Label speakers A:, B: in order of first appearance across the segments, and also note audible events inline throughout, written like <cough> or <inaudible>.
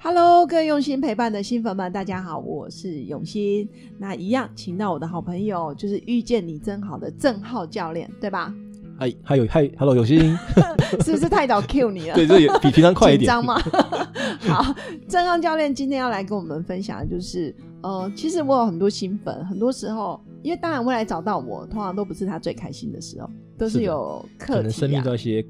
A: Hello，各位用心陪伴的新粉们，大家好，我是永新。那一样，请到我的好朋友，就是遇见你真好的郑浩教练，对吧？
B: 嗨，还有嗨，Hello，有
A: <laughs>
B: 心，
A: 是不是太早 Q 你了？
B: 对，这也 <laughs> 比平常快一
A: 紧
B: 点。
A: 张吗？ <laughs> 好，郑浩教练今天要来跟我们分享，的就是呃，其实我有很多新粉，很多时候，因为当然会来找到我，通常都不是他最开心的时候，都
B: 是
A: 是
B: 的
A: 有
B: 可
A: 课
B: 能生
A: 题
B: 命
A: 啊
B: 到，一些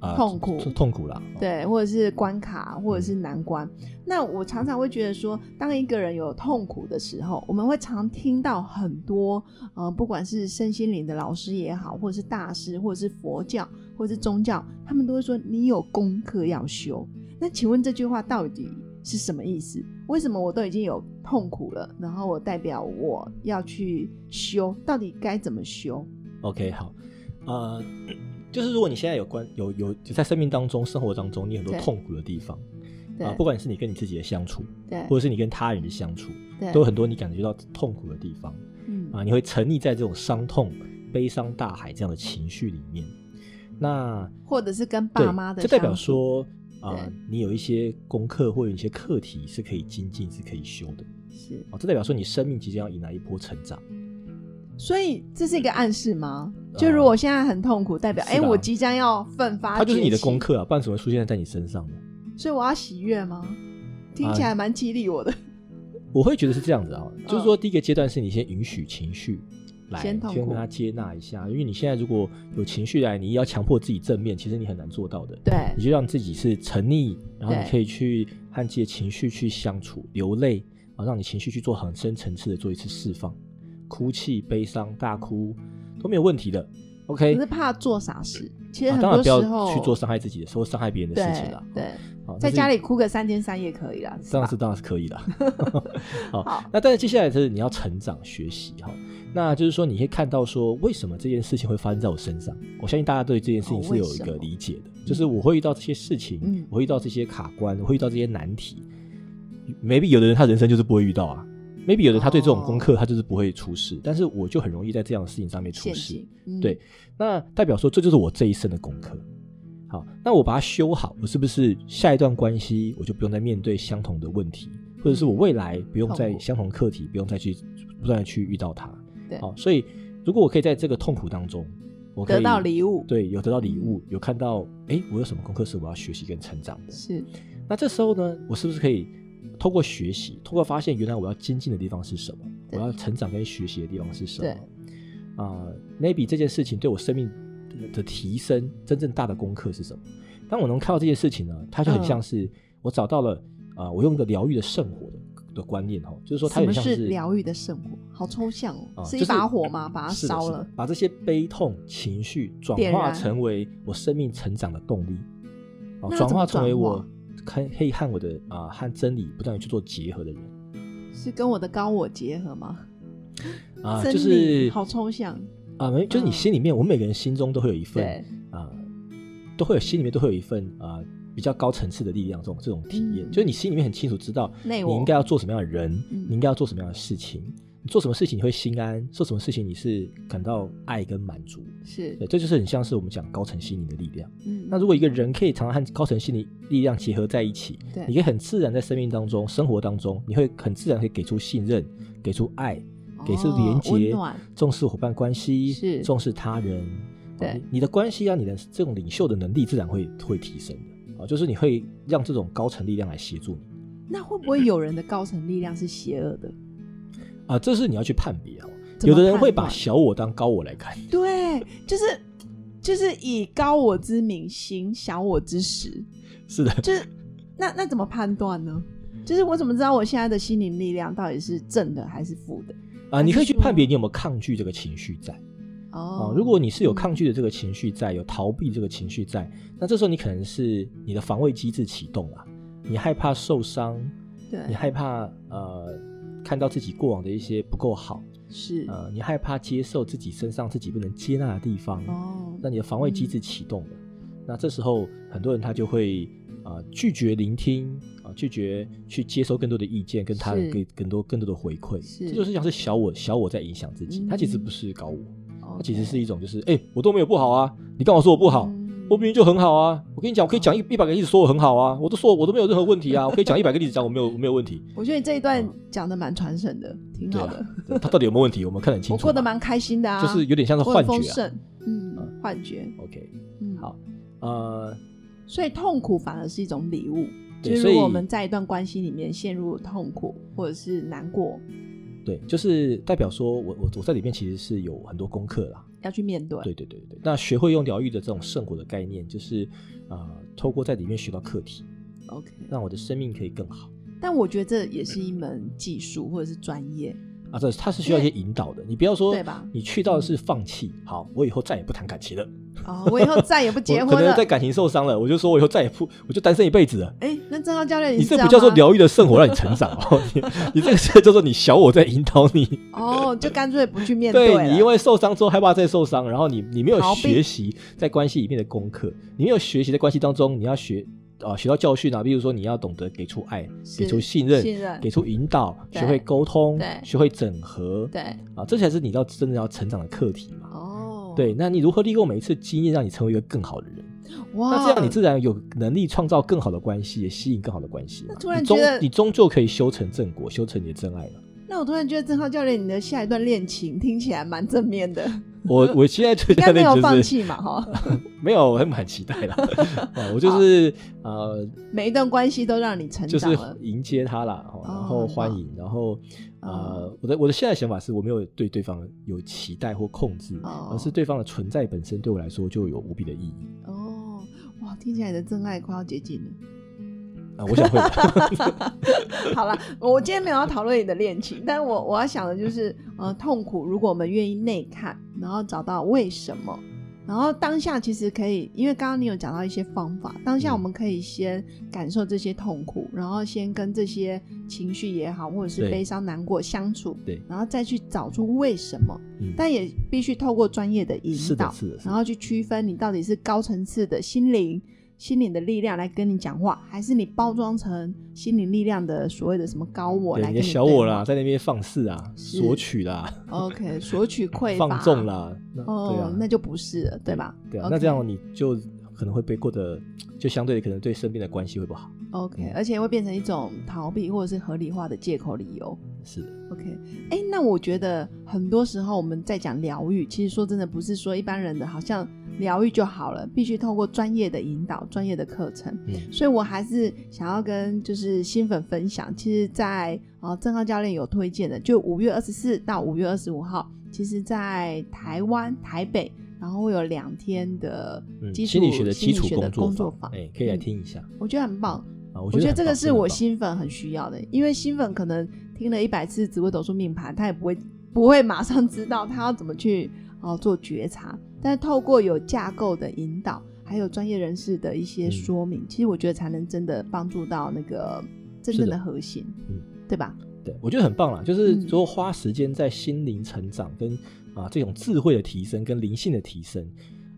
B: 啊
A: 痛苦
B: 痛苦啦。哦，
A: 对，或者是关卡，或者是难关。那我常常会觉得说，当一个人有痛苦的时候，我们会常听到很多，呃，不管是身心灵的老师也好，或者是大师，或者是佛教，或者是宗教，他们都会说你有功课要修。那请问这句话到底是什么意思？为什么我都已经有痛苦了，然后我代表我要去修，到底该怎么修？
B: OK，好，呃，就是如果你现在有关有有就在生命当中、生活当中，你很多
A: 对
B: 痛苦的地方
A: 对、
B: 啊，不管是你跟你自己的相处，
A: 对
B: 或者是你跟他人的相处，
A: 对，
B: 都有很多你感觉到痛苦的地方
A: 嗯
B: 啊，你会沉溺在这种伤痛、悲伤大海这样的情绪里面。那
A: 或者是跟
B: 对，
A: 爸妈的
B: 这代表
A: 相处
B: 说啊、
A: 对
B: 你有一些功课或有一些课题是可以精进、是可以修的
A: 是
B: 哦。这代表说你生命即将要迎来一波成长。
A: 所以这是一个暗示吗？
B: 呃
A: 就如果现在很痛苦，代表
B: 是
A: 哎、
B: 的啊
A: 我即将要奋发，
B: 它就是你的功，课啊，不然怎么会出现在你身上呢？
A: 所以我要喜悦吗？听起来蛮激励我的，
B: 啊我会觉得是这样子啊，就是说第一个阶段是你先允许情绪来，
A: 嗯先痛苦
B: 跟它接纳一下，因为你现在如果有情绪来，你要强迫自己正面，其实你很难做到的。
A: 对
B: 你就让自己是沉溺，然后你
A: 对
B: 可以去和自己的情绪去相处，流泪啊，让你情绪去做很深层次的做一次释放，哭泣、悲伤、大哭都没有问题的。OK，
A: 可是怕做傻事。其实
B: 啊
A: 很
B: 当然
A: 多
B: 不
A: 时
B: 要
A: 候、
B: 去做伤害自己的时候、伤害别人的事情
A: 对
B: 啦。哦
A: 对，
B: 好，
A: 在
B: 那是
A: 家里哭个三天三夜可以啦，
B: 这样
A: 吧
B: 子当然是可以的。
A: <laughs>
B: 好
A: 好，
B: 那但是接下来就是你要成长学习哈。那就是说，你可以看到说，为什么这件事情会发生在我身上？我相信大家对这件事情
A: 哦
B: 是有一
A: 为什
B: 个
A: 么
B: 理解的，就是我会遇到这些事情，
A: 嗯
B: 我会遇到这些卡关，我会遇到这些难题。maybe 有的人他人生就是不会遇到啊，maybe 有的人他对这种功
A: 哦
B: 课他就是不会出事，但是我就很容易在这样的事情上面出
A: 陷
B: 事。
A: 阱，嗯
B: 对，那代表说这就是我这一生的功课。好，那我把它修好，我是不是下一段关系我就不用再面对相同的问题，或者是我未来不用
A: 痛
B: 再
A: 苦
B: 相同课题，不用再去不断的去遇到它。
A: 对
B: 好，所以如果我可以在这个痛苦当中，我可以
A: 得到礼物，
B: 对，有得到礼物，有看到诶，我有什么功课是我要学习跟成长的。
A: 是
B: 那这时候呢，我是不是可以透过学习，透过发现原来我要精进的地方是什么，我
A: 对
B: 要成长跟学习的地方是什么
A: 对？
B: 啊、m a y b e 这件事情对我生命的的提升，真正大的功课是什么？当我能看到这件事情呢，它就很
A: 嗯
B: 像是我找到了啊、呃我用一个疗愈的圣火的的观念哦，就是说它
A: 什
B: 有
A: 么
B: 点像
A: 是
B: 是
A: 疗愈的圣火？好抽象哦，
B: 啊，
A: 是
B: 就
A: 一把火吗？把它
B: 是的
A: 烧
B: 是的
A: 了，
B: 把这些悲痛情绪转
A: 点
B: 化
A: 燃
B: 成为我生命成长的动力，哦，
A: 那要
B: 转
A: 怎么
B: 化成为
A: 转
B: 我
A: 化
B: 看可以和我的啊、和真理不断的去做结合的人
A: 是跟我的高我结合吗？
B: 啊、
A: 真
B: 就
A: 理
B: 是
A: 好抽象，
B: 啊，没、就是你
A: 嗯
B: 心里面，我们每个人心中都会有一份
A: 对
B: 啊、都会有心里面都会有一份啊、比较高层次的力量，这种这种体验，
A: 嗯
B: 就是你心里面很清楚知道你
A: 内我
B: 应该要做什么样的人，
A: 嗯
B: 你应该要做什么样的事情，你做什么事情你会心安，做什么事情你是感到爱跟满足，
A: 是
B: 对，这就是很像是我们讲高层心灵的力量。
A: 嗯
B: 那如果一个人可以常常和高层心理力量结合在一起，
A: 对
B: 你可以很自然在生命当中、生活当中，你会很自然可以给出信任、给出爱、给出连
A: 哦温
B: 接、
A: 暖
B: 重视伙伴关系、
A: 是
B: 重视他人。
A: 对
B: 啊你你的关系啊，你的这种领袖的能力自然会会提升的啊，就是你会让这种高层力量来协助你
A: 那会不会有人的高层力量是邪恶
B: <laughs>
A: 的？
B: 啊，这是你要去判别哦。
A: 怎么
B: 有的人会把
A: 判断
B: 小我当高我来看，
A: 对，就是就是以高我之名行小我之实，
B: 是的，
A: 就是那那怎么判断呢？就是我怎么知道我现在的心灵力量到底是正的还是负的？
B: 啊，你可以去
A: 还是说
B: 判别你有没有抗拒这个情绪在。啊、
A: 哦，
B: 如果你是有抗拒的这个情绪在，有逃避这个情绪在，那这时候你可能是你的
A: 哎
B: 防卫机制启动了，你害怕受伤，
A: 对
B: 你害怕呃看到自己过往的一些不够好，
A: 是
B: 呃，你害怕接受自己身上自己不能接纳的地方，
A: 哦，嗯
B: 那你的防卫机制启动了。那这时候很多人他就会啊、呃拒绝聆听啊、拒绝去接收更多的意见，跟他人
A: 是
B: 给更多更多的回馈。
A: 是
B: 这就是像是小我小我在影响自己，他其实不是搞我，
A: 哦
B: 他其实是一种就是哎、我都没有不好啊，你刚好说我不好。
A: 嗯
B: 我明明就很好啊！我跟你讲，我可以讲一一百个例子说我很好啊，我都说我都没有任何问题啊，我可以讲一百个例子讲我没有我没有问题。
A: 我觉得你这一段讲的蛮传神的，挺
B: 嗯对
A: 好
B: 啊
A: 的，
B: 对他到底有没有问题，我们看得很清楚
A: 我
B: 嘛。
A: 过得蛮开心的啊，
B: 就是有点像是
A: 我很
B: 幻觉
A: 丰
B: 啊。
A: 盛，嗯，幻觉，
B: OK，
A: 嗯，
B: 好呃，
A: 所以痛苦反而是一种礼物。
B: 对
A: 就是
B: 所
A: 如
B: 以
A: 果我们在一段关系里面陷入痛苦或者是难过，
B: 对，就是代表说我我我在里面其实是有很多功课啦。
A: 要去面对。
B: 对对对对，那学会用疗愈的这种圣火的概念，就是呃，透过在里面学到课题，
A: OK，
B: 让我的生命可以更好
A: 但我觉得这也是一门技术或者是专
B: <laughs>
A: 业，
B: 啊。这它是需要一些引导的，你不要说
A: 对吧
B: 你去到的是放弃，好，我以后再也不谈感情了，
A: 哦，我以后再也不结
B: 我
A: 婚
B: 可
A: 了
B: 能在。感情受伤了，我就说我以后再也不，我就单身一辈子了。
A: 哎，那郑浩教练，
B: 你
A: 这
B: 这不叫做疗愈的圣火，让你成长哦。 <laughs> 你你这个是叫做你小我在引导你。
A: 哦，就干脆不去面
B: 对
A: 了
B: 你因为受伤之后害怕再受伤，然后你你没有
A: 逃避
B: 学习在关系里面的功课，你没有学习在关系当中你要学啊、学到教训啊，比如说你要懂得给出爱，
A: 是
B: 给出信任，
A: 信任
B: 给出引导，
A: 对
B: 学会沟通
A: 对，
B: 学会整合，
A: 对
B: 啊，这才是你要真的要成长的课题嘛。
A: 哦，
B: 对，那你如何利用每一次经验让你成为一个更好的人？
A: 哇，
B: 那这样你自然有能力创造更好的关系，也吸引更好的关系嘛。
A: 那突然
B: 你终
A: 觉得
B: 你终究可以修成正果，修成你的真爱了。
A: 那我突然觉得郑浩教练你的下一段恋情听起来蛮正面
B: <laughs>
A: 的， <laughs>
B: 我我现在最
A: 应
B: 大
A: 该
B: 的
A: 没有
B: 就
A: 放
B: 是
A: 弃嘛哈？
B: <laughs> 没有，我还蛮期待的。 <laughs> 啊我就是呃，
A: 每一段关系都让你成
B: 就是
A: 长了，
B: 迎接他啦，哦然
A: 哦
B: 后
A: 很
B: 欢
A: 棒
B: 迎，然后呃
A: 哦，
B: 我的我的现在想法是我没有对对方有期待或控制，
A: 哦
B: 而是对方的存在本身对我来说就有无比的意义
A: 哦，哇，听起来你的真爱快要接近了。 <laughs>
B: 啊。我想会吧
A: 好了，我今天没有要讨论你的恋情，但我我要想的就是，呃，痛苦，如果我们愿意内看，然后找到为什么，然后当下其实可以，因为刚刚你有讲到一些方法，当下我们可以先感受这些痛苦，然后先跟这些情绪也好，或者是
B: 对
A: 悲伤、难过相处，
B: 对
A: 然后再去找出为什么，
B: 嗯
A: 但也必须透过专业的引
B: 是的
A: 导，
B: 是的是的
A: 然后去区分你到底是高层次的心灵。心灵的力量来跟你讲话，还是你包装成心灵力量的所谓的什么高我
B: 对
A: 来
B: 你
A: 跟
B: 的
A: 你
B: 小我
A: 对
B: 啦，
A: 话
B: 在那边放肆啊，
A: 是
B: 索取啦，
A: ？OK，索取匮乏，
B: <laughs> 放纵。啦，那对
A: 哦
B: 啊，，
A: 那就不是了，对吧？
B: 对啊
A: OK
B: 那这样你就可能会被过得就相对可能对身边的关系会不好。
A: OK，而且会变成一种逃避或者是合理化的借口理由。
B: 是的，
A: OK，哎、那我觉得很多时候我们在讲疗愈，其实说真的，不是说一般人的好像疗愈就好了，必须透过专业的引导、专业的课程。
B: 嗯
A: 所以我还是想要跟就是新粉分享，其实在，呃郑浩教练有推荐的，就五月二十四到五月二十五号，其实在台湾台北，然后会有两天的
B: 嗯，
A: 基础、
B: 心理学的基
A: 心
B: 础
A: 理学的
B: 工
A: 工
B: 作
A: 坊，
B: 哎，可以来
A: 嗯
B: 听一下
A: 我觉得很棒。
B: 啊。
A: 我觉得
B: 很
A: 这个
B: 棒
A: 是
B: 真的
A: 我
B: 很棒
A: 新粉很需要的，因为新粉可能听了一百次紫微斗数命盘，他也不会不会马上知道他要怎么去哦、呃做觉察，但是透过有架构的引导，还有专业人士的一些
B: 嗯
A: 说明，其实我觉得才能真的帮助到那个真
B: 是
A: 正
B: 的
A: 的核心，
B: 嗯
A: 对吧？
B: 对，我觉得很棒啦，就是
A: 嗯
B: 说花时间在心灵成长跟啊、这种智慧的提升跟灵性的提升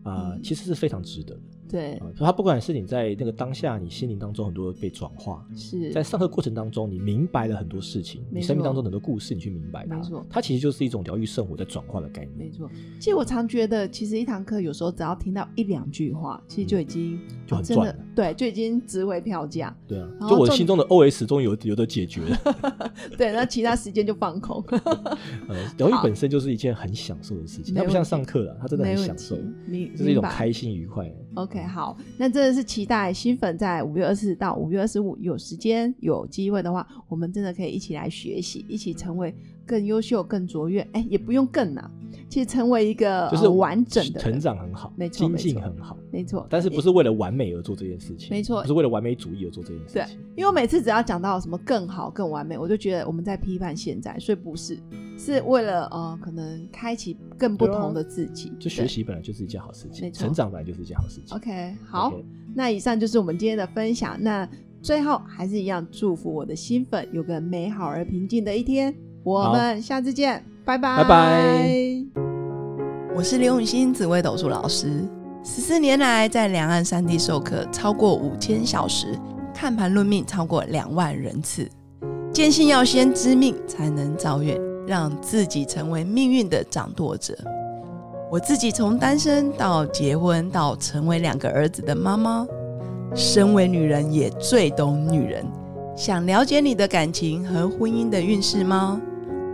B: 啊、
A: 嗯
B: 其实是非常值得的
A: 对
B: 啊。，它不管是你在那个当下，你心灵当中很多被转化，
A: 是
B: 在上课过程当中，你明白了很多事情，
A: 没
B: 你生命
A: 错
B: 当中很多故事，你去明白它
A: 没错，
B: 它其实就是一种疗愈圣火在转化的概念
A: 没，错。其实我常觉得，其实一堂课有时候只要听到一两句话，其实就已经、
B: 嗯
A: 哦
B: 就很
A: 真
B: 赚
A: 的
B: 了
A: 对，就已经值回票价。
B: 对啊，
A: 然
B: 就
A: 后
B: 我
A: 重
B: 心中的 OS 终于有有的解决
A: <laughs>
B: 了，
A: 对，那其他时间就放空。
B: 呃，疗愈
A: 好
B: 本身就是一件很享受的事情，
A: 没
B: 它不像
A: 问题
B: 上课啊了，它真的
A: 没
B: 很
A: 问
B: 享
A: 题
B: 受，，
A: 明
B: 这是一
A: 明
B: 种
A: 白
B: 开心愉快。
A: OK，好，那真的是期待新粉在五月二十到五月二十五有时间有机会的话，我们真的可以一起来学习，一起成为更优秀、更卓越。哎，也不用更啊，其实成为一个
B: 就是
A: 呃完整的人
B: 成，长很好，
A: 没错
B: 精
A: 没
B: 进
A: 错
B: 很好，
A: 没错。
B: 但是不
A: 也
B: 是为了完美而做这件事情，
A: 没错
B: 不是为了完美主义而做这件
A: 对
B: 事情。，
A: 因为我每次只要讲到什么更好、更完美，我就觉得我们在批判现在，所以不是，是为了呃，可能开启更不
B: 对啊
A: 同的自己。
B: 就
A: 对
B: 学习本来就是一件好事情，
A: 没错
B: 成长本来就是一件好事情。
A: OK，好
B: OK，
A: 那以上就是我们今天的分享。那
C: 最后还是一样祝福我的新粉有个美好而平静的一天。我
B: 好
C: 们下次见，拜拜，
B: 拜拜。
A: 我是刘永新，紫薇斗数老师。十四年来，在两岸三地授课超过五千小时，看盘论命超过两万人次。坚信要先知命，才能造运，让自己成为命运的掌舵者。我自己从单身到结婚，到成为两个儿子的妈妈，身为女人也最懂女人。想了解你的感情和婚姻的运势吗？